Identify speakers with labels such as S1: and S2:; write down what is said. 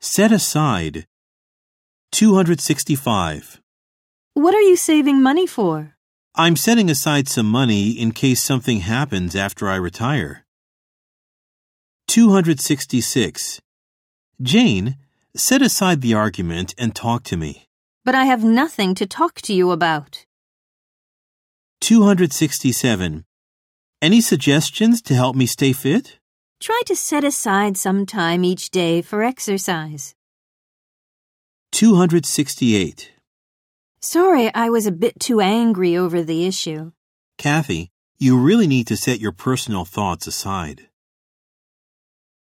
S1: Set aside. 265.
S2: What are you saving money for?
S1: I'm setting aside some money in case something happens after I retire. 266. Jane, set aside the argument and talk to me.
S2: But I have nothing to talk to you about.
S1: 267. Any suggestions to help me stay fit?
S2: Try to set aside some time each day for exercise.
S1: 268.
S2: Sorry, I was a bit too angry over the issue.
S1: Kathy, you really need to set your personal thoughts aside.